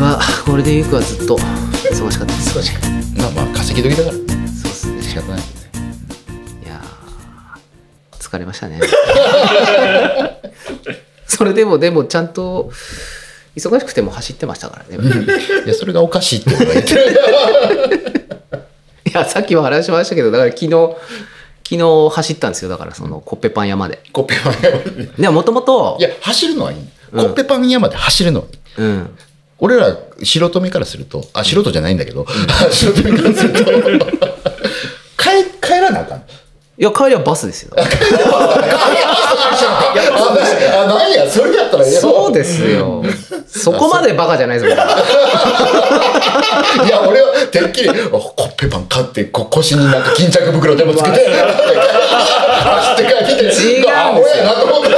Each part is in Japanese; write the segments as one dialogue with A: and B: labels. A: まあゴールデンウィークはずっと忙しかったです
B: そうじゃんまあまあ稼ぎ時だから
A: そ うっすね
B: 仕方ないよね
A: いやー疲れましたね それでもでもちゃんと忙しくても走ってましたからね
B: いやそれがおかしいって俺が言ってる
A: い やさっきも話しましたけどだから昨日昨日走ったんですよだからそのコッペパン山で
B: コッペパン山で
A: でももともと
B: いや走るのはいいコ
A: うん
B: ッペパン山で走るのはいい
A: うん
B: 俺ら素人目からするとあ素人じゃないんだけど、 素人目からすると帰帰らなあか
A: い
B: ん
A: や帰りはバスです よ
B: いやあなんやそれやったらええやろ
A: そうです よそこまでバカじゃないですもん
B: いや俺はてっきりあコッペパン買ってこ腰になんか巾着袋でもつけて走って帰ってきて
A: 違うんですよ
B: アホやなと思っ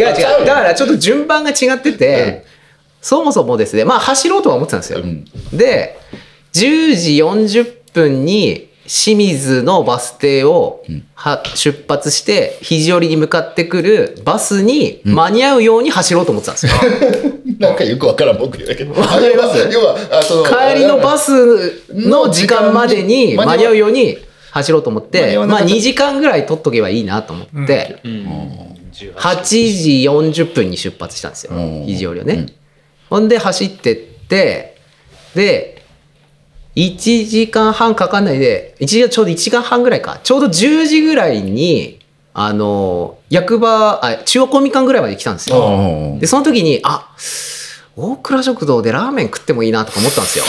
A: 違う違うだからちょっと順番が違ってて、そもそもですねまあ走ろうとは思ってたんですよ、
B: うん
A: で10時40分に清水のバス停をは出発して肘折に向かってくるバスに間に合うように走ろうと思ってたんですよ、
B: なんかよくわからん僕だけど
A: わかります
B: 要は要はあその
A: 帰りのバスの時間までに間に合うように走ろうと思っ
B: 間に
A: て
B: 合わな
A: まあ
B: かった
A: 2時間ぐらい取っとけばいいなと思って、8時40分に出発したんですよ
B: うん
A: 肘折をね、ほんで走ってってで1時間半かかんないで1時間ちょうど1時間半ぐらいかちょうど10時ぐらいにあの役場あ中央公民館ぐらいまで来たんですよ
B: うん
A: でその時にあ大倉食堂でラーメン食ってもいいなとか思ったんですよ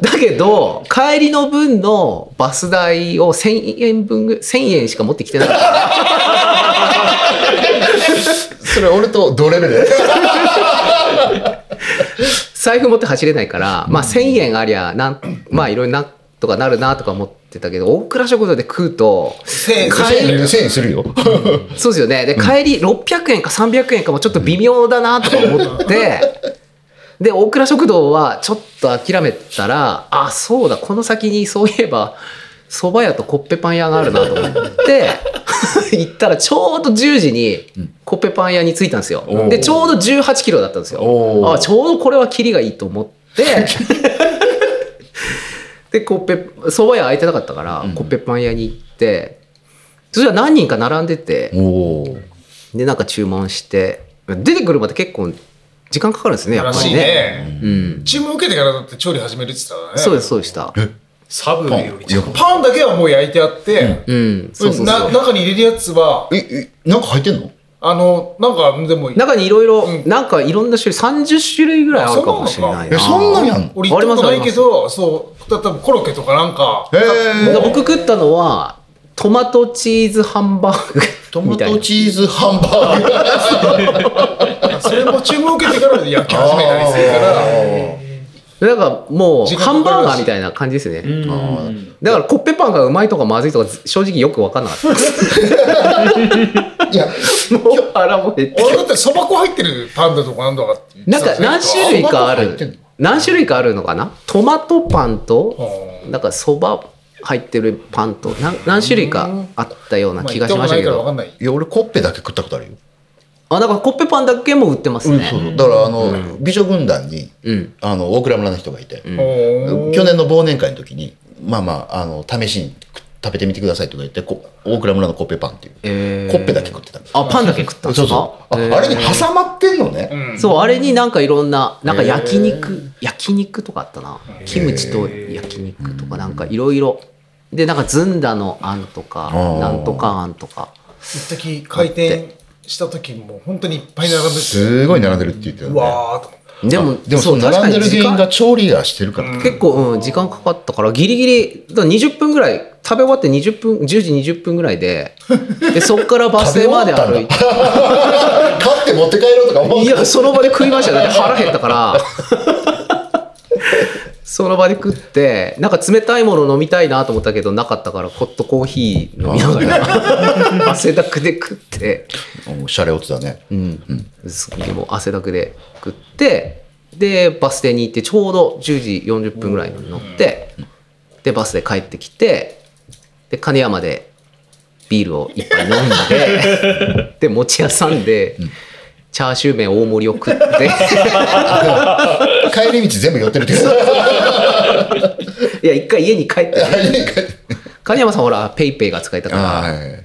A: だけど帰りの分のバス代を1000円分ぐ1000円しか持ってきてなかった
B: それ俺と同レベルで
A: 財布持って走れないから、まあ、1000円ありゃなんまあいろいろなんとかなるなとか思ってたけど大倉食堂で食うと
B: 1000円1000円す るよ
A: そうですよね。で、帰り600円か300円かもちょっと微妙だなとか思 って、で、大倉食堂はちょっと諦めたら、あ、そうだ、この先にそういえば、蕎麦屋とコッペパン屋があるなと思 って、行ったらちょうど10時にコッペパン屋に着いたんですよ
B: お。ー
A: で、ちょうど18キロだったんです
B: お
A: よ。
B: ー
A: あ、ちょうどこれはキリがいいと思 って、で、コッペ、蕎麦屋空いてなかったから、コッペパン屋に行って、そしたら何人か並んでて、
B: おお
A: でなんか注文して出てくるまで結構時間かかるんですねやっぱ
C: らし
A: り
C: い
A: ね
C: ね。
A: うん、
C: 注文受けてからだって調理始めるって言ってたからね。
A: そうですそうでした
C: サブ
B: よりも
C: パンだけはもう焼いてあって、
A: うんそうそうそ
C: な
A: う
C: 中に入れるやつは、
B: ええなんか入ってんの
C: あの、なんかでも、
A: 中にいろいろ
C: うん
A: なんかいろんな種類30種類ぐらいあるかもしれない
B: え
A: な
B: そんなにあんの
C: 俺行ったことないけど、そう、た多分コロッケとかなんか、
B: へ
A: だから
B: え
A: 僕食ったのはトマトチーズハンバー
B: ト
A: グみ
B: マ
A: たいな
B: トチーズハンバーグ
C: それも注文受けてから焼き始めたりする か
A: な
C: ら、
A: んかもう
C: 時間かか
A: ハンバー
C: るらしい
A: ガーみたいな感じですね、
B: あー
A: だからコッペパンがうまいとかまずいとか正直よく分かんなかっ たです
B: いや
A: もう腹も減って
C: 俺だってそば粉入ってるパンだとかなんだかって言って
A: なん
C: た
A: か
C: ぜ
A: 何種類かあ
B: あそば入ってんの
A: る何種類かあるのかなトマトパンと
C: あ
A: なんかそば入ってるパンとなん何種類かあったような
C: まあ
A: 気がしましたけ
C: 行ったこと
A: ど
C: ないか
B: いや俺コッペだけ食ったことあるよ
A: あなんかコッペパンだけも売ってます
B: そう
A: ね
B: そうだからあの、美女軍団に、
A: うん
B: あの大倉村の人がいて、
C: ら分かんない。
B: 去年の忘年会の時にまあまああの試しに食べてみてくださいとか言ってこ大倉村のコッペパンっていう、
A: えー
B: コッペだけ食ってたんです
A: あパンだけ食ったんです
B: そ
A: か
B: うそうあ,、
A: えー
B: あれに挟まってんのね、
C: うん
A: そうあれになんかいろんななんか焼肉焼肉とかあったなキムチと焼肉とかなんかいろいろでなんかずんだのあんとか
B: あー
A: なんとかあんとか
C: 一時開店した時も本当にいっぱい並んでて、
B: すごい並んでるって言ってた
C: う
B: よね
C: わーと思って。
A: でも
B: でもその
A: う確か
B: 並ん
A: に
B: でる
A: 時
B: 原因
A: 間
B: が調理がしてるから、
A: 結構、うん、時間かかったからギリギリだから20分ぐらい食べ終わって20分10時20分ぐらいででそこからバス停まで歩いて
B: 買って持って帰ろうとか思う
A: いやその場で食いましたよだって腹減ったからその場で食ってなんか冷たいもの飲みたいなと思ったけどなかったからホットコーヒー飲みながら汗だくで食って、
B: うんシャレオツだね
A: うんすでも汗だくで食ってでバス停に行ってちょうど10時40分ぐらいに乗ってでバスで帰ってきてで金山 でビールを一杯飲んでで餅屋さんでチャーシュー麺大盛りを食って
B: 帰り道全部寄ってるってこと
A: いや一回家に帰って
B: あ家に 帰って
A: 金山さんほらペイペイが使えたから
B: あーはい
A: 一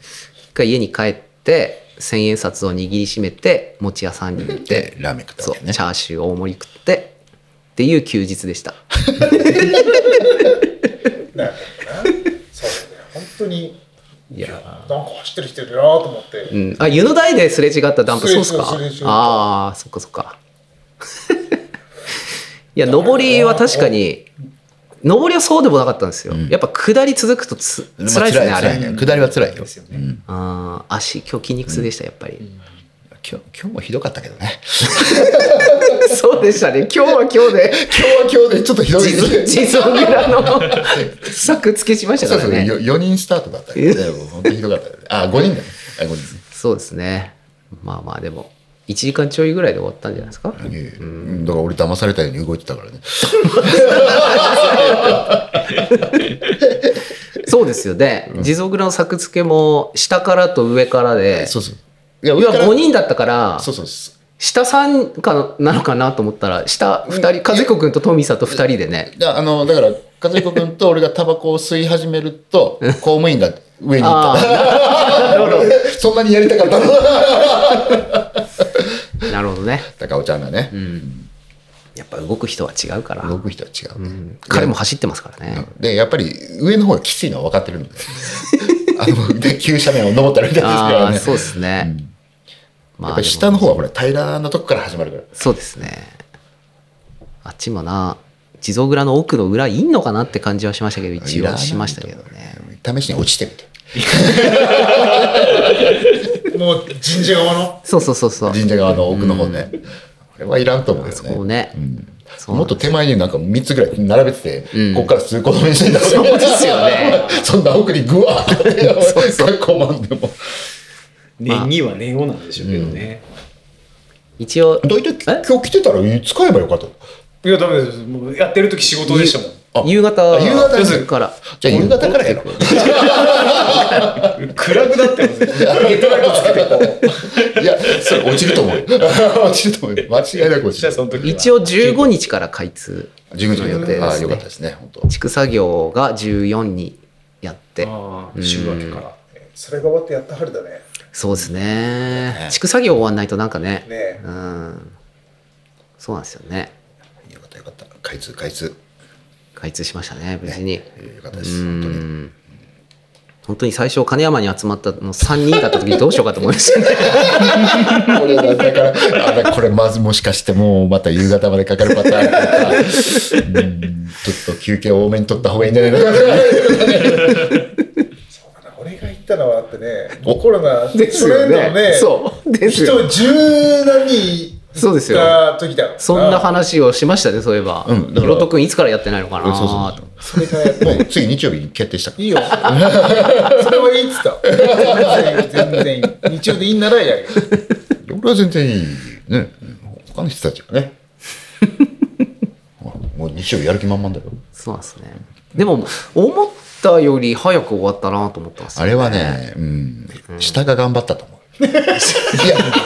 A: 回家に帰って千円札を握りしめて餅屋さんに行って
B: でラーメン食った
A: そ
B: わ
A: う
B: けね
A: チャーシュー大盛り食ってっていう休日でした
C: なるほどなそうだね本当に
A: いや
C: なんか走ってる人いるなと思って、
A: うん、あ湯の台ですれ違ったダンプそ
C: す
A: う
C: れ
A: っすか
C: そうすれ違った
A: ああそっかそっか いや上りは確かに上りはそうでもなかったんですよ、やっぱ下り続くとつ
B: まあ
A: 辛いですねあれ、
B: 辛いね下りは辛いよ
C: ですよね
B: うん
A: あー足今日筋肉痛でしたやっぱり、
B: 今日今日もひどかったけどね
A: そうでしたね今日は今日で
B: 今日は今日でちょっとひどい
A: 地蔵地蔵村 の作付けしました
B: そ
A: か
B: う
A: ら
B: そう
A: ね
B: よ4人スタートだったけどねもう本当にひどかったよねあ5人だねあ5人ね
A: そうですねまあまあでも1時間ちょいぐらいで終わったんじゃないですか、
B: ええうんだから俺騙されたように動いてたからね。
A: そうですよね地蔵蔵の作付けも下からと上からで
B: そうそう。いや、
A: い
B: 上
A: や
B: から
A: 5人だったから
B: そうそうそう。
A: 下3かなのかなと思ったら下2人和彦君とトミーさんと2人でね
B: だあのだから和彦君と俺がタバコを吸い始めると公務員が上に行っ
A: あ
B: た俺 そんなにやりたかったの
A: あなるほどね
B: 高尾ちゃんがね、
A: やっぱ動く人は違うから、
B: 動く人は違う、
A: うん彼も走ってますからね
B: でやっぱり上の方がきついのは分かっ てるんであので急斜面を登ったらみたいですか
A: あ
B: ら
A: あ
B: ね
A: そうですね、ま
B: やっ
A: あ
B: ぱ
A: でも
B: り下の方はほら平らなとこから始まるから
A: そうですねあっちもな地蔵蔵の奥の裏いんのかなって感じはしましたけど一応しましたけどね
B: 試しに落ちてみて
C: もう神社側の
A: そうそうそうそう
B: 神社側の奥の方ね、あれはいらんと思うよ
A: そこ
B: ね
A: ね、そう
B: もっと手前になんか3つぐらい並べてて、ここから通行止めにしてんだそう
A: ですよね
B: そんな奥にグワーって 囲まんでも
A: まあ
D: 年には年後なんでしょうけどね。
A: 一応
B: 大体今日来てたら使えばよかった
C: いやダメですもうやってる時仕事でしたもん
B: あ
A: 夕方
B: あ夕方
A: ですから
B: じゃあ夕方からやろ
D: 暗くなってますね。
B: いやそれ落ちると思うよ落ちると思うよ間違いなく落ち
D: じゃあ
B: る
D: その時は
A: 一応15日から開通
B: 自分の予定
A: ですね
B: ああよかったですね本当
A: 地区作業が14にやって
D: ああ週明けから。
C: それが終わってやった春だね
A: そうですね地区作業終わんないとなんかね
C: ねえ
A: うんそうなんですよね
B: よかったよかった開通開通
A: 開通しましたね無事に、
B: えーよかったです本当
A: う
B: に
A: ん本当に最初金山に集まったの3人だった時にどうしようかと思いました ね
B: これだからあれこれまずもしかしてもうまた夕方までかかるパターンとかうんちょっと休憩多めに取った方がいいんじゃないのかな
C: そうかな俺が行ったのはあってね
B: お
C: コロナ
A: ですよね
C: 去年のね
A: そうですよ
C: 人十何人
A: そうです
C: い
A: よ
C: た時だから
A: そんな話をしましたねそういえば
B: うんだから
A: ロト君いつからやってないのかな
B: そうそうそう
A: と
C: それからやっ
B: もう次日曜日に決定したから
C: い いよ。それはいいっつった。全然いい。全然いい。日曜でいいんならやるよ。
B: 俺は全然いいね他の人たちがねほらもう日曜日やる気満々だよ
A: そうなんですねでも思ったより早く終わったなと思ったんですよ
B: あれはね、うん、下が頑張ったと思ういや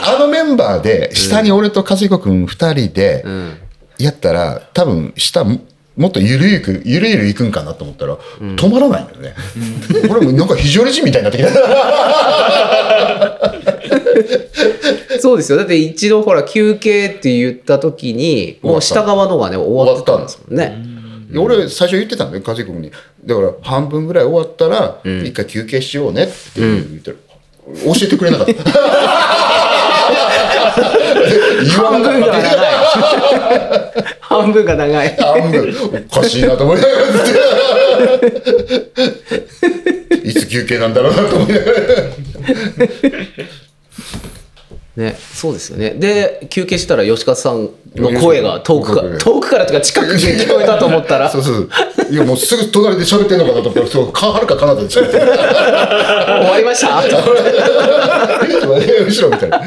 B: あのメンバーで下に俺と和彦君2人で
A: うん
B: やったら多分下ももっとゆるゆくゆるゆるいくんかなと思ったら止まらないんだよね、これもなんか非常に人みたいになってきた
A: そうですよ。だって一度ほら休憩って言った時に、もう下側のがね、終わってたんですもんね。
B: 俺最初言ってたんだよ和彦君にだから半分ぐらい終わったら一回休憩しようねって言ったら、教えてくれなかった言わ
A: 半
B: なか
A: 分
B: った
A: が長い。半分が長い。
B: 半分おかしいなと思いながらずっと いつ休憩なんだろうなと思いながら
A: ね、そうですよね。で、休憩したら吉川さんの声が遠く
B: う
A: か、
B: ん
A: 遠くからというか近くで聞こえたと思ったら
B: そ、うそうそういやもうすぐ隣で喋ってんのかなと思ったらそうかはるか彼方で 喋ってる
A: 終わりました
B: 後ろみたいな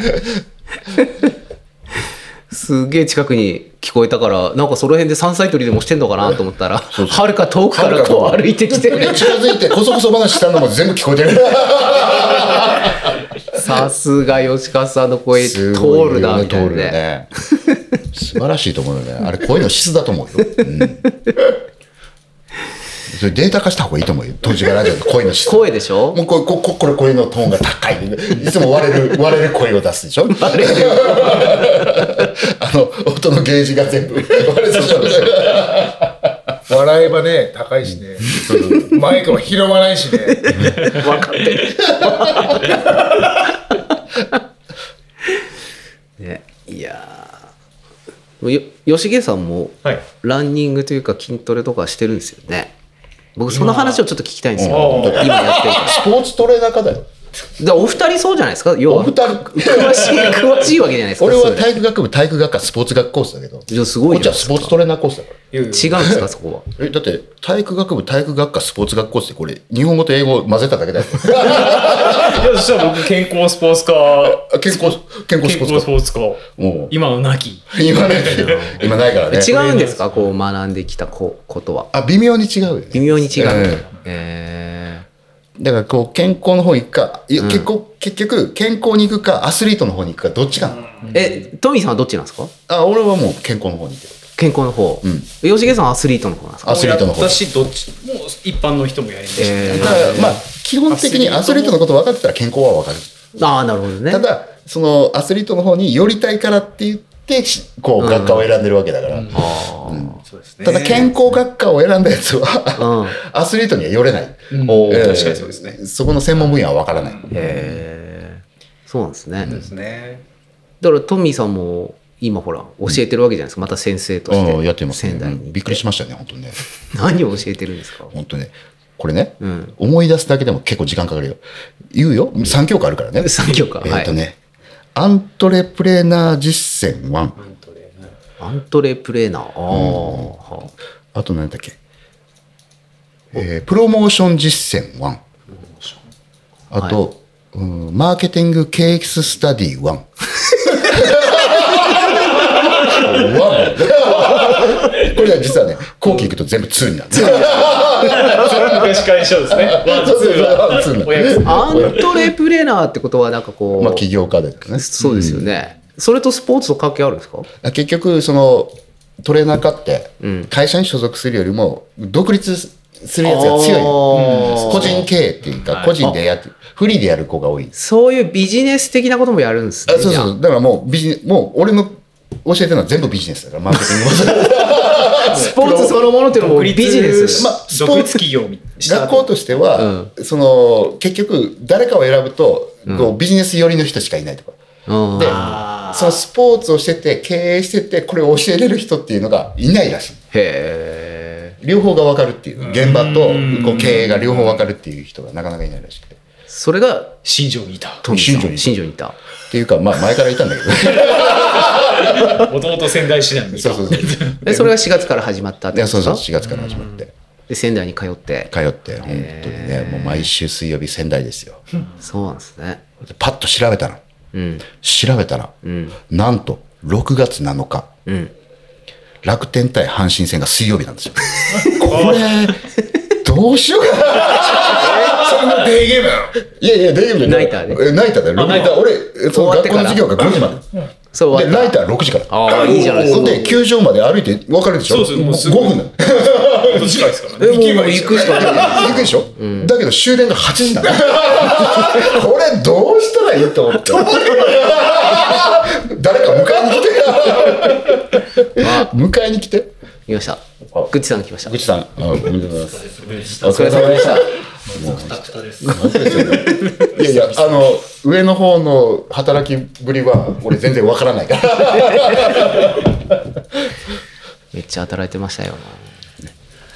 A: すげえ近くに聞こえたから、なんかその辺で山菜採りでもしてんのかなと思ったら、はるか遠くからこう歩いてきて、
B: 近づいてこそこそ話したのも全部聞こえてる
A: すさすが吉川さんの声通
B: すごい
A: るなみたいな、
B: 通る
A: ね、
B: よね。素晴らしいと思うよね。あれ、声の質だと思うよ。うんそれデータ化した方がいいと思うよ。当時からラジオの声の質。
A: 声でしょ
B: もうこれ、こここれ声のトーンが高い。いつも割れ る、割れる声を出すでしょ 割れる。あの、 音のゲージが全部割れてしまう。
C: 笑えばね、高いしね。マイクも拾わないしね。
A: 分かってるねいやーよ吉毛さんも
D: はい。
A: ランニングというか筋トレとかしてるんですよね僕その話をちょっと聞きたいんですよ
D: 今
A: 今やってるから
B: スポーツトレーナーかだよ。
A: でお二人そうじゃないですか要
B: お
A: は
B: 二
A: 詳
B: 人。
A: しい詳しいわけじゃないですか
B: 俺
A: そ
B: は
A: れ
B: 体育学部、体育学科、スポーツ学コースだけど。
A: じゃあすご
B: こ
A: い
B: っち
A: じゃ
B: は
A: ないで
B: ス
A: すか
B: ポーツトレーナーコースだから。
D: 違
A: 違う
D: うん
A: んですかそこは
B: えだって体育学部体育学科スポーツ学校ってこれ日本語と英語を混ぜただ けだよ
D: いやそしたら僕健康スポーツ科
B: 健康健康ス
D: 健
B: ポー
D: 康
B: ツ科
D: スポーツ科
B: もう
D: 今はなき
B: 今ね 今ないからね
A: 違うんですかこう学んできたこことは
B: あ微妙に違うよね
A: 微妙に違う、
B: うん
A: え
B: だからこう健康の方に行くか、いや結構結局健康に行くかアスリートの方に行くかどっちかなの、
A: ーえトミーさんはどっちなんですか
B: あ俺はもう健康の方に行ってる
A: 健康の方、
B: うん
A: 吉毛さんはアスリートの方なんですか
B: アスリートの方
D: だしどっちも一般の人もやりましたね、
A: え
B: だからまあ基本的にアスリートのこと分かってたら健康は分かる
A: ああなるほどね
B: ただそのアスリートの方に寄りたいからって言ってしこう学科を選んでるわけだから、
D: うん
A: あー
D: そうですね
B: ただ健康学科を選んだやつは、
A: うん
B: アスリートには寄れない、
D: うん
B: おー
D: 確かにそうですね
B: そこの専門分野は分からない、
A: へえそうなんですね、
D: そう
A: だ
D: ですね
A: からトミーさんも今ほら教えてるわけじゃないですかまた先生として、
B: うんやってますね、
A: 仙台
B: う
A: に
B: んびっくりしましたね本当にね
A: 何を教えてるんですか
B: 本当ねこれね、
A: うん
B: 思い出すだけでも結構時間かかるよ言うよ3教科あるからね
A: 3教科
B: えっ、
A: はい
B: とね、アントレプレナー実践1
A: アントレプレーナーああ、は
B: あと何だっけ、えープロモーション実践1あと、うんマーケティングケーススタディ1 これは実はね後期行くと全部2になる
D: 昔会社ですねワンツーは
B: ツー
D: お約束
A: あアントレプレーナーってことはなんかこう、
B: まあ起業家だよね
A: そうですよね、それとスポーツと関係あるんですか
B: あ結局そのトレーナー化って
A: うん
B: 会社に所属するよりも独立するやつが強
A: あ
B: い
A: ー
B: の個人経営っていうか個人でやってフリーでやる子が多い
A: そういうビジネス的なこともやるんですね
B: あそう
A: じゃあ
B: そうだからもうビジネスもう俺の教えてるのは全部ビジネスだ からマーケティングも
A: スポーツそのものっていうのも
D: 独
A: ビ
D: 立
A: ジネス、
B: まあスポーツ
D: 独立企業みした
B: 学校としては、その結局誰かを選ぶと、こうビジネス寄りの人しかいないとか
A: うん
B: で
D: あー
B: そのスポーツをしてて経営しててこれを教えれる人っていうのがいないらしい
A: へえ
B: 両方が分かるっていう現場と
D: うん
B: こう経営が両方分かるっていう人がなかなかいないらしくて。
A: それが
D: 新庄にいた
A: トミー
B: 新
A: さ
B: 庄
A: ん
B: に
A: 新庄にいた
B: っていうか、まあ前からいたんだけ ど。
D: もともと仙台市内にいた
B: そうそうそう。
A: えそれが4月から始まったっ
B: い
A: て
B: や、
A: こと
B: そ
A: で
B: う
A: す
B: そ
A: か
B: う、4月から始まって。
A: で仙台に通って
B: 通って、本当にね、もう毎週水曜日仙台ですよ。
A: そうなんですね
B: でパッと調べたら、
A: うん
B: 調べたら、
A: うん
B: なんと6月7日、
A: うん
B: 楽天対阪神戦が水曜日な んですよ。これ、どうしようかな。
C: それもデーゲームなの。
B: いやいや、大丈夫だよ。
A: ナイターで
B: えナイターだよ。
D: あナイター
B: 俺、そ
A: 終
B: の
A: わって
B: 学
A: から
B: 校の授業が5時まで。
A: そう終
B: で、
A: わった
B: ナイター6時から。
A: ああいいじゃないですか
B: で、球場まで歩いて分かるでしょ
D: そうそうもうすぐ
B: 5分なの。
D: ほんと近いですから
A: え
D: ね
A: もう行くしかない
B: 行くでしょ、だけ ど終電が8時なのこれどうしたらいいと思って 誰か迎えに 来て迎えに来て
A: 来ましたグッチさん来ました
B: 口さんあおめでとうございますお
A: お疲れ様でした
B: いやいやあの上の方の働きぶりは俺全然わか らないから
A: めっちゃ働いてましたよ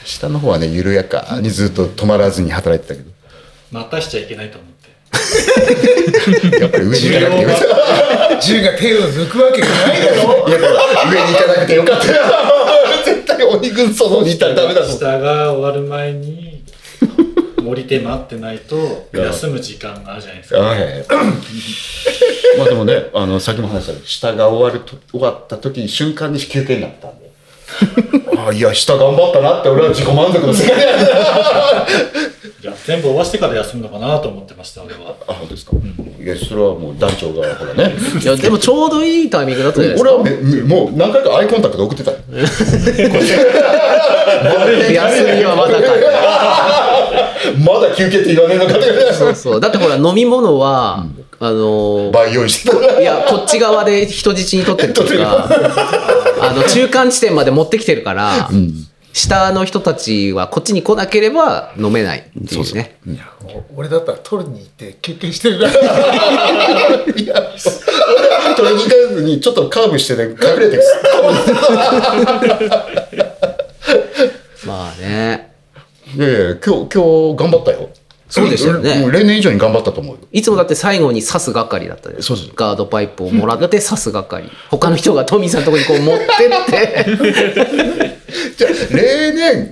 B: 下の方はね緩やかにずっと止まらずに働いてたけど
E: 待たしちゃいけないと思って
B: やっぱり上に行かなくてよかっ
C: 銃が手を抜くわけがないだろ。
B: たいやだから上に行かなくてよかった絶対鬼軍曹の方に行ったらダメだと思って
E: 下が終わる前に森手待ってないと休む時間があるじゃないですか
B: はいはいはいまあでもね、あの、さっきも話したけど、下が終わると、終わった時に瞬間に休憩になったんで。ああ、いや、下頑張ったなって、俺は自己満足の世界だ。
E: いや全部終わしてから休むのかなと思ってました、俺 は。
B: あ、本当ですか。いや、それはもう団長が、ほらね。
A: いや、でもちょうどいいタイミングだったじゃないですか。
B: 俺はめめもう何回かアイコンタクト送ってた。
A: 休みはまだか。
B: まだ休憩って言わねえのかって
A: そうそう。だってほら、飲み物は、あのー
B: 倍用意してた。
A: いや、こっち側で人質に取ってるとか、あの、中間地点まで持ってきてるから、下の人たちはこっちに来なければ飲めないっていうね。
B: そうそう
C: お俺だったら取りに行って休憩してるぐらい
B: いや、 取りに行かずにちょっとカーブしてね、隠 れてる。
A: まあね。
B: いやいや、今日、今日頑張ったよ。
A: そうですよね
B: もう例年以上に頑張った と思うよ。
A: いつもだって最後に刺す係だったで
B: そうそう
A: ガードパイプをもらって刺す係。他の人がトミーさんのとこにこう持ってって。
B: じゃあ例年、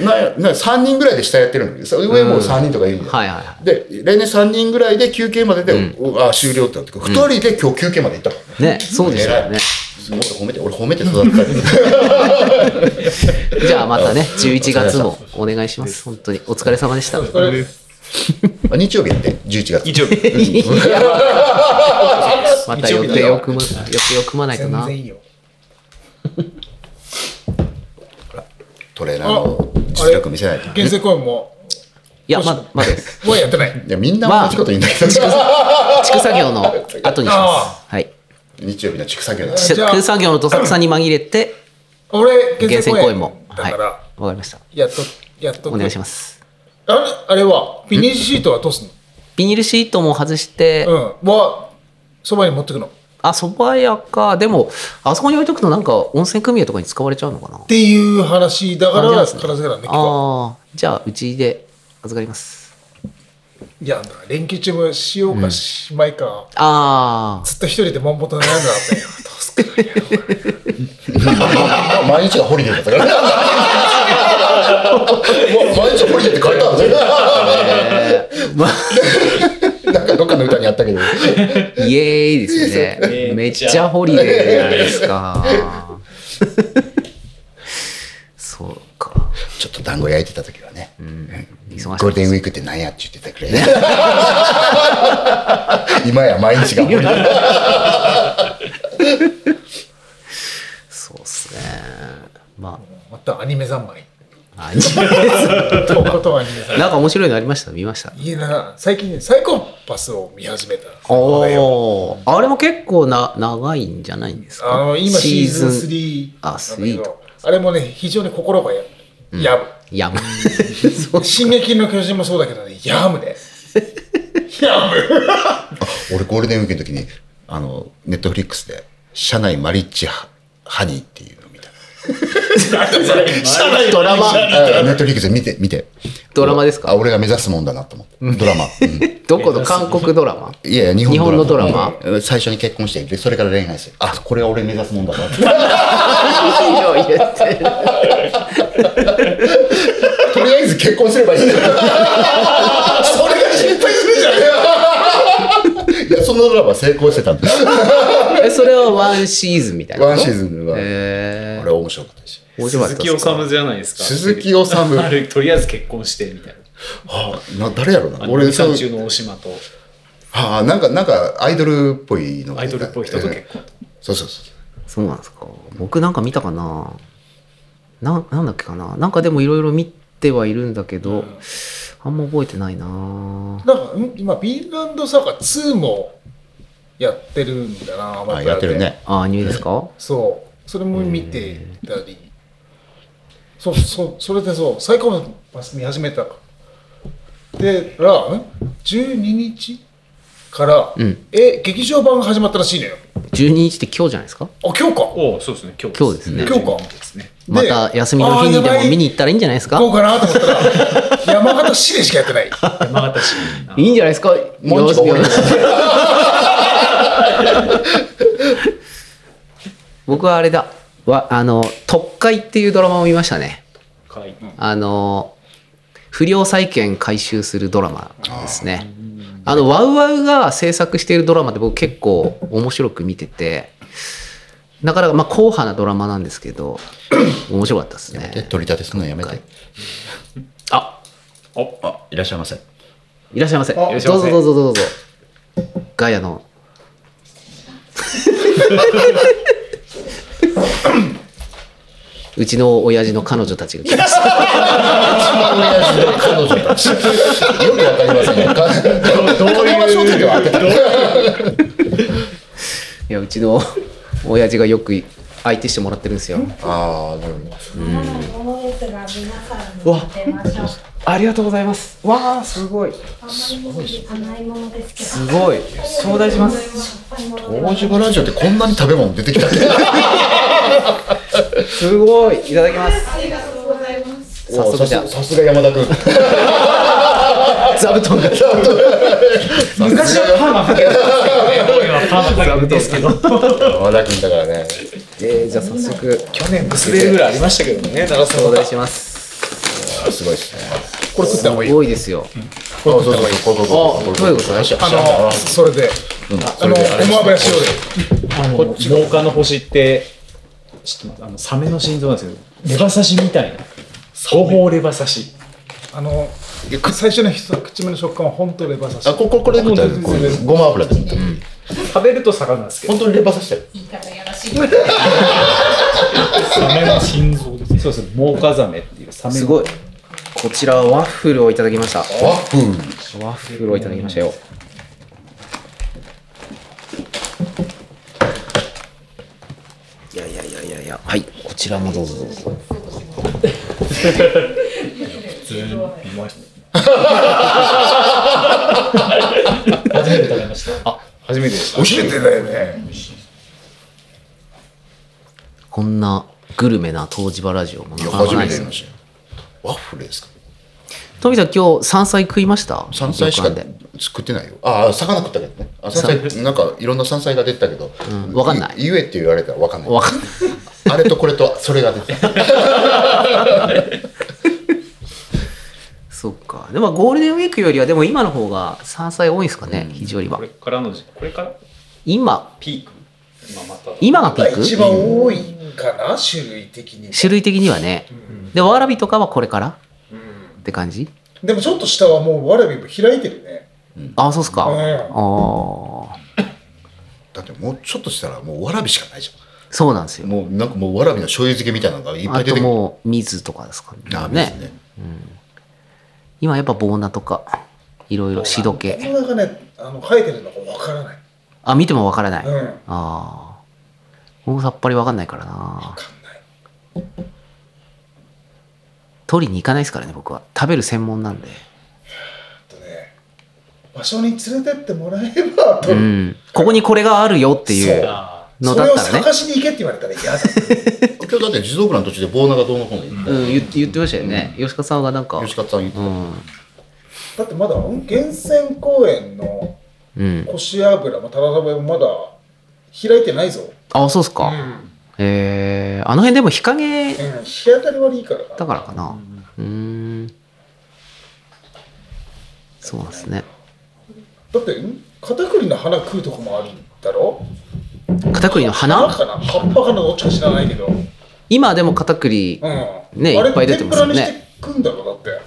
B: な、な、3人ぐらいで下やってるの。そ上もう3人とかいるんだよ
A: はいはいは
B: で、例年3人ぐらいで休憩までで、おあ終了ってなってくる、2人で今日休憩まで行ったの。
A: い。ね、そうですよね。
B: すごい褒めて、俺褒めて育ったけど。
A: じゃあまたね、11月もお願いします。本当に。お疲れ様でした。
C: これ
B: あ日曜日やって、11月。
D: 一応、
A: また予定を組む、予定を組まないと
C: 全
A: な。
C: 然いいよ
B: トレーナーの実力見せないと。
C: 原生公園も
A: いや、ま、まだです。
C: もうやってない
B: いや、みんな同じこと言うんだけど、
A: 畜作業の後にしま
C: あ
A: す。はい。
B: 日曜日の畜産 業だ。
C: じゃあ
A: 畜作業のどさくさに紛れて、
C: 俺
A: 厳
C: 原生
A: 選
C: 公
A: 公
C: 園
A: 演も。
C: だ
A: はい。
C: か
A: わ
C: ら
A: かりました。
C: やっとやっとく
A: お願いします。
C: あれあれはビニールシートはどうすんの
A: ビニールシートも外して、
C: うんはそばに持ってくのっ
A: あ、蕎麦屋か。でも、あそこに置いとくとなんか温泉組合とかに使われちゃうのかな。
C: ていう話だから
A: 感
C: 片
A: じ
C: 付
A: なんです
C: け
A: ね
C: たんだけど
A: ああ、じゃあ、うちで預かります。
C: いやだから連休中もしようかしまいか
A: あ
C: ずっと一人で悶々と悩んだんだ よどうすっかな
B: 毎日がホリデーだったから。もう毎日ホリデーって書いてあるね。 なんかどっかの歌にあっ たけど。
A: あ、イエーイですよね。め
D: め
A: っ
D: っ
A: ち
D: ちゃ
A: ゃホリデーじゃないですか。そうか。
B: ちょっと団子焼いてた時はね。
A: 忙し
B: ゴールデンウィークってなんやって言ってたくらいね。 今や毎日がホリデー。
A: そうっすね。ま
C: またアニメ三昧
A: あ、アニメ
C: とことんアニメ三昧
A: なんか面白いのありました見ました。
C: いいな最近ねサイコパスを見始めた
A: おーあれも結構な長いんじゃないんですか
C: あの今シーズン
A: ン
C: 3な
A: あ
C: んだけ
A: スリー
C: ど
A: と
C: あれもね非常に心がや,、や
A: いや、もう
C: む「進撃の巨人」もそうだけどねやむねやむ
B: 俺ゴールデンウィークの時に、あの、ネットフリックスで、社内マリッジハハニーっていうのを見た。
A: ドラマ。
B: あネットフリックスで見て、見て。
A: ドラマですか
B: あ俺が目指すもんだなと思って。ドラマ。うん
A: どこの韓国ドラマ
B: いやいや日本
A: 日本のド
B: 最初に結婚してでそれから恋愛してあこれは俺目指すもんだなとりあえず結婚すればいいんだそれが心配するじゃんいやそのドラマ成功してたんです
A: えそれはワンシーズンみたいな。
B: ワンシーズンは、
A: え
B: あれ面白かったし
A: ー、面白かった
D: 鈴
A: っす
D: 木
A: か
D: おさむじゃないですか。
B: 鈴木おさむ
D: あれとりあえず結婚してみたい
B: はあな誰やろうな
D: な。
B: 俺
D: 俺
B: そう
D: 三中の大島と
B: はあなんかなんかアイドルっぽいのが
D: アイドルっぽい人と
B: え
D: 結
B: え
D: 婚。
B: そうそうそう
A: そうなんですか。僕なんか見たかなな、なんだっけかななんかでもいろいろ見てはいるんだけど、あんま覚えてないな
C: なんかん今ビーランドサーカー2もやってるんだなま
B: あやってるね
A: あ、アニメですか
C: そうそれも見てたりそうそうそれでそうサイコパス見始めたでらん12日から、
A: うん
C: え劇場版が始まったらしいのよあ
A: ?12 日って今日じゃないですか
C: 今日か
D: おお、そうですね。今日。
A: 今日ですね
C: 今日か
D: ですね。
A: また休みの日にでも見に行ったらいいんじゃないです
C: 行
A: か
C: こうかなと思ったら山形市でしかやっ てない
D: 山形市。
A: いいんじゃないですか
B: もう一個
A: よろしく 僕はあれだ。わあの、特会っていうドラマを見ましたね。
D: かい
A: あの、不良債権回収するドラマですね。あの、ワウワウが制作しているドラマで僕結構面白く見てて、なかなか、まあ、硬派なドラマなん ですけど、面白かったです
B: で
A: ね。
B: 取り立てするのやめて
A: あ
D: お
B: あ、いらっしゃいませ。
A: いらっしゃいませ。ど
C: あ
A: うぞどうぞどうぞ。ガヤ の。うちの親父の彼女たちが来ました。
B: 親父の 彼女たち。よくわかりませんね。
D: どういう
B: 金山商店では当て
A: い
B: た。
A: や、うちの親父がよく相手してもらってるんですよ。
B: ああ、なるほど。
F: 多いですが皆さんに言ってましょう。
A: ありがとうございます。わあ、すごい。
F: あんまり見せていかないものですけど。
A: すごい。頂戴します。
B: 大島ラジオってこんなに食べ物出てきたっけ
A: すごい。いただきます。早速じゃ
B: おさすさすが山田君。
A: あ、座布団が。
B: 昔はパン
E: はパンパンですけど
B: 山田君だからね。
A: えー、じゃあ早速、
C: 去年薄れるぐらいありましたけどね、長さ
A: 頂
C: は。
A: 戴します。
B: あすごいですね。
C: これ食った方がいい。
A: 多いですよ。
B: あそうそうそう、こういうこと。
A: どういうこと
B: よしよし
C: あの、それで、あの、ごま油塩で。
D: こっち農家の星って、ちょっと待ってあのサメの心臓なんですけど、レバ刺しみたいな。双方レバ刺し。
C: あの、最初の一口目の食感は本当レバ刺し。
B: あ、こここれで食ったらこういうごま油で。
D: 食べると魚なんですけど。
B: 本当にレバ刺してる。
E: サメの心臓です
D: そうですね、モウカザメっていうサメの。
A: すごい。こちらはワッフルをいただきました。
B: ワッフル。
A: ワッフルをいただきましたよ。いやいやいやいやいや、はい、こちらもどうぞどうぞ。
E: 初めて食べました
D: 初めてでした。
C: 初めてだよね。
A: こんなグルメな東芝ラジオもなかな
B: 初
A: かな
B: め
A: いで
B: て
A: すね
B: 見ま。したよ。ワッフルですか
A: 富さん、今日山菜食いました
B: 山菜しか
A: 旅館で
B: 作ってないよ。ああ、魚食ったけどね。あ山菜、なんかいろんな山菜が出てたけど、
A: んわかんない
B: ゆえって言われたらわかんない。
A: わかんない。
B: あれとこれとそれが出てた。
A: そっか。でもゴールデンウィークよりは、でも今の方が山菜多いんですかね、非常には
D: これ。からの時これから
A: 今、
D: ピーク。まあ、また。
A: 今がピー
C: 一
A: ク
C: 番多いかな、種類的に。
A: 種類的にはね。で、わらびとかはこれからって感じ
C: でもちょっと下はもうわらびも開いてるね。
A: あ、そうっすか。
C: うん
A: ああ。
B: だってもうちょっとしたらもうわらびしかないじ
A: そうなんです
B: ゃ
A: よ
B: ん。。もうなんかもうわらびの醤油漬けみたいなのがいっぱ
A: あ
B: い出
A: と
B: てくる。
A: もう水とかですか
B: ダメです
A: ね。
B: ね。
A: 今やっぱボーナとか、いろいろしど
C: こ
A: け。
C: の中ね、あの生えてるのがわからない。
A: あ、見てもわからない。
C: う
A: あ
C: ん。わ
A: あ。僕もさっぱりわかんないからな。
C: かんない。
A: 取りに行かないですからね、僕は。食べる専門なんで。
C: あとね、場所に連れてってもらえばと、
A: うん。ここにこれがあるよっていう
C: そう
E: あ
A: の
C: そ
A: だ
C: れ
A: っ
C: を
A: たらね
C: 探。しに行けって言われたら嫌だ。
B: 今日だって地蔵村の途中で棒長どうのこうの言っ
A: うん、言って言ってましたよね。吉川さんがなん
B: た。
A: か。
B: 吉勝さん言って
A: う
B: た。
A: ん。
C: だってまだ源泉公園の
A: うん。
C: 腰油もタラサバもまだ開いてないぞ。
A: あ、そうっす
C: う
A: か。
C: ん。
A: えー、あの辺でも日陰
C: うん日当たり悪いからな。
A: だからかな。うーん。そうなんですね。
C: だって、ん片栗の花食うとこもあるんだろ
A: 片栗の
C: 花
A: 花
C: かな葉っぱかなどっちか知らないけど。うん。
A: 今でも片栗。ね
C: あ
A: い
C: れ
A: っぱい出てますよね
C: 天ぷらにして食うんだろ、だって。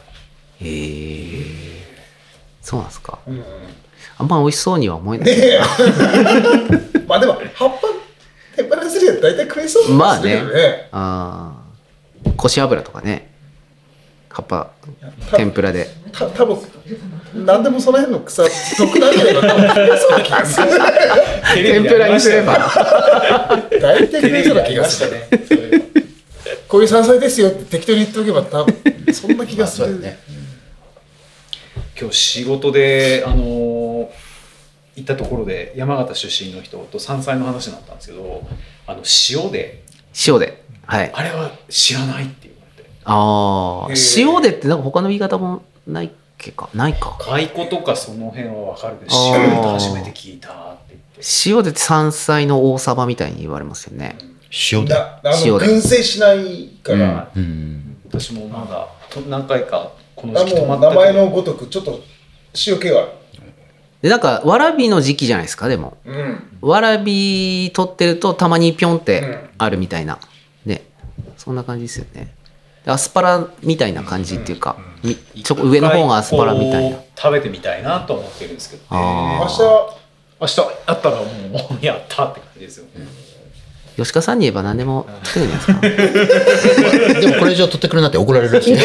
A: えー、そうなんですか。
C: うん。ね
A: あんま美味しそうには思えない。
C: え。 まあでも、葉っぱ、天ぷらにするやつ大体食えそうな
A: まあ
C: 気がする
A: ね
C: よね。。
A: ああ。こし油とかね。葉っぱ、
C: た
A: 天ぷらで。
C: た多分何でもその辺の草毒なんだよな食えそうな気がする
A: 天ぷらにすれば。
C: 大体食えそうな気
E: りま
C: が
E: し
C: す
E: た
C: る
E: ねそういえば
C: こういう山菜ですよって適当に言っておけば多分そんな気
B: ま
C: が
B: あ
C: す
B: そう
C: る
B: だよね。
D: 今日仕事で、あのー行ったところで山形出身の人と山菜の話になったんですけどあの塩で
A: 塩で。はい。あ
D: あれは知らないって言われて
A: あー。
C: へー
A: 塩でってなんか他の言い方もないっけか。ないか。
D: 蚕とかその辺は分かるけど
A: あー
D: 塩で初めて聞いたって
A: 塩でって山菜の大鯖みたいに言われますよね。
B: 塩だ。
C: なあ
A: 塩
C: の
A: で
C: 群生しないか
D: 言
C: ら、
D: って、
B: うん。
D: 私もまだと何回かこの
C: あ
D: 時期泊
C: も
D: まっ
C: う
D: た
C: 名
D: けど
C: 前のごとくちょっと塩気があ
A: で、なんか、わらびの時期じゃないですか、でも。
C: るうん
A: わらび取ってるとたまにピョンってあるみたいな。ね。そんな感じですよね。アスパラみたいな感じっていうか、みちょ上の方がアスパラみたいな
D: こう食べてみたいなと思ってるんですけど、ね、
A: あ
C: 明
A: ー
C: 日、
D: 明日あったらもう やったって感じですよね、
A: 吉川さんに言えば何でも作るんじゃないですか
B: でもこれ以上取ってくるなって怒られるらしい。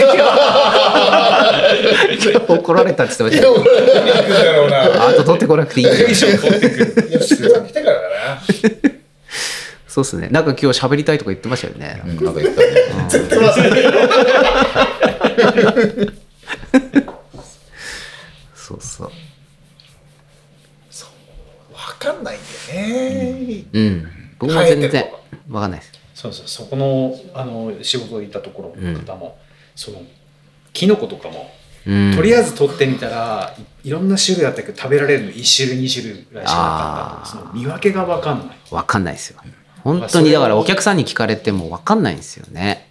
A: 怒られたって言ってましたよ
C: 見に行くんだろうな。
A: あと取ってこなくていいんだよ
C: いや、鈴さん来てからだな。
A: そうっすねなんか今日喋りたいとか言ってましたよね、
B: うんなんか言ったね。
A: そうそう
C: わかんないんだよね。
A: うん僕も全然わかんないです
D: そうそうそこのあの仕事で行ったところの方も、そのキノコとかも、
A: うん
D: とりあえず取ってみたらいいろんな種類あったけど食べられるの1種類2種類ぐらいしかなかったん
A: あ
D: で
A: ー
D: その見分けが分かんない
A: わかんないですよ本当にだからお客さんに聞かれてもわかんないんですよね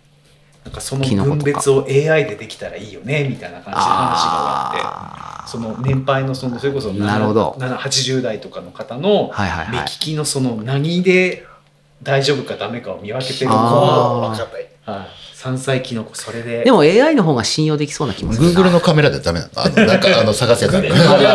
D: なんかその
A: キノコ
D: 分
A: とか
D: 別を AI でできたらいいよねみたいな感じで話が終わって。
A: あ
D: その年配のそのそれこそ
A: なるほど
D: 7 80代とかの方の
A: はいはい
D: 目
A: はい
D: 利きのその何で大丈夫かダメかを見分けてるの
A: あ
D: は
A: ー
C: わかんない。
D: い山菜キノコそれで
A: でも AI の方が信用できそうな気もするな
B: Google のカメラでダメなのあの、 なんか、あの、探せやつある。
C: でもね、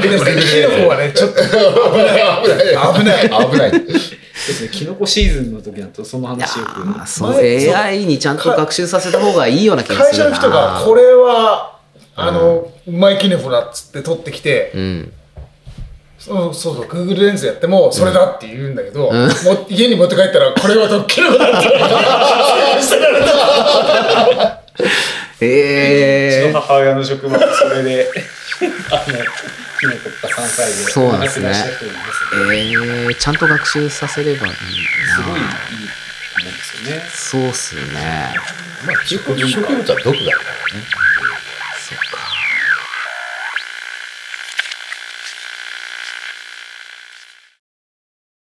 C: キノコはね、ちょっと
B: 危ない。危 ない。危ない。
D: ですねキノコシーズンの時だとその
A: いや
D: 話よく
A: ーそう
C: 前そう
A: AI にちゃんと学習させた方がいいような気が
C: 会
A: す
C: 社
A: る
C: の
A: な
C: 人が、これは、あの、うまいキノコだっつって取ってきて、
A: うん
C: そうそうそう、Google レンズやっても、それだって言うんだけど、も家に持って帰ったら、これはドッキリだって。
A: え
D: うち
A: え
D: の母親の職場もそれであのキノコとか山菜で
A: そうなんですね
D: 話し出してるんです
A: えー、ちゃんと学習させればいい
D: す
A: な
D: ごいいいと思うんですよ
A: そう
D: ね
A: っすね
B: まあ、植物は毒だからね。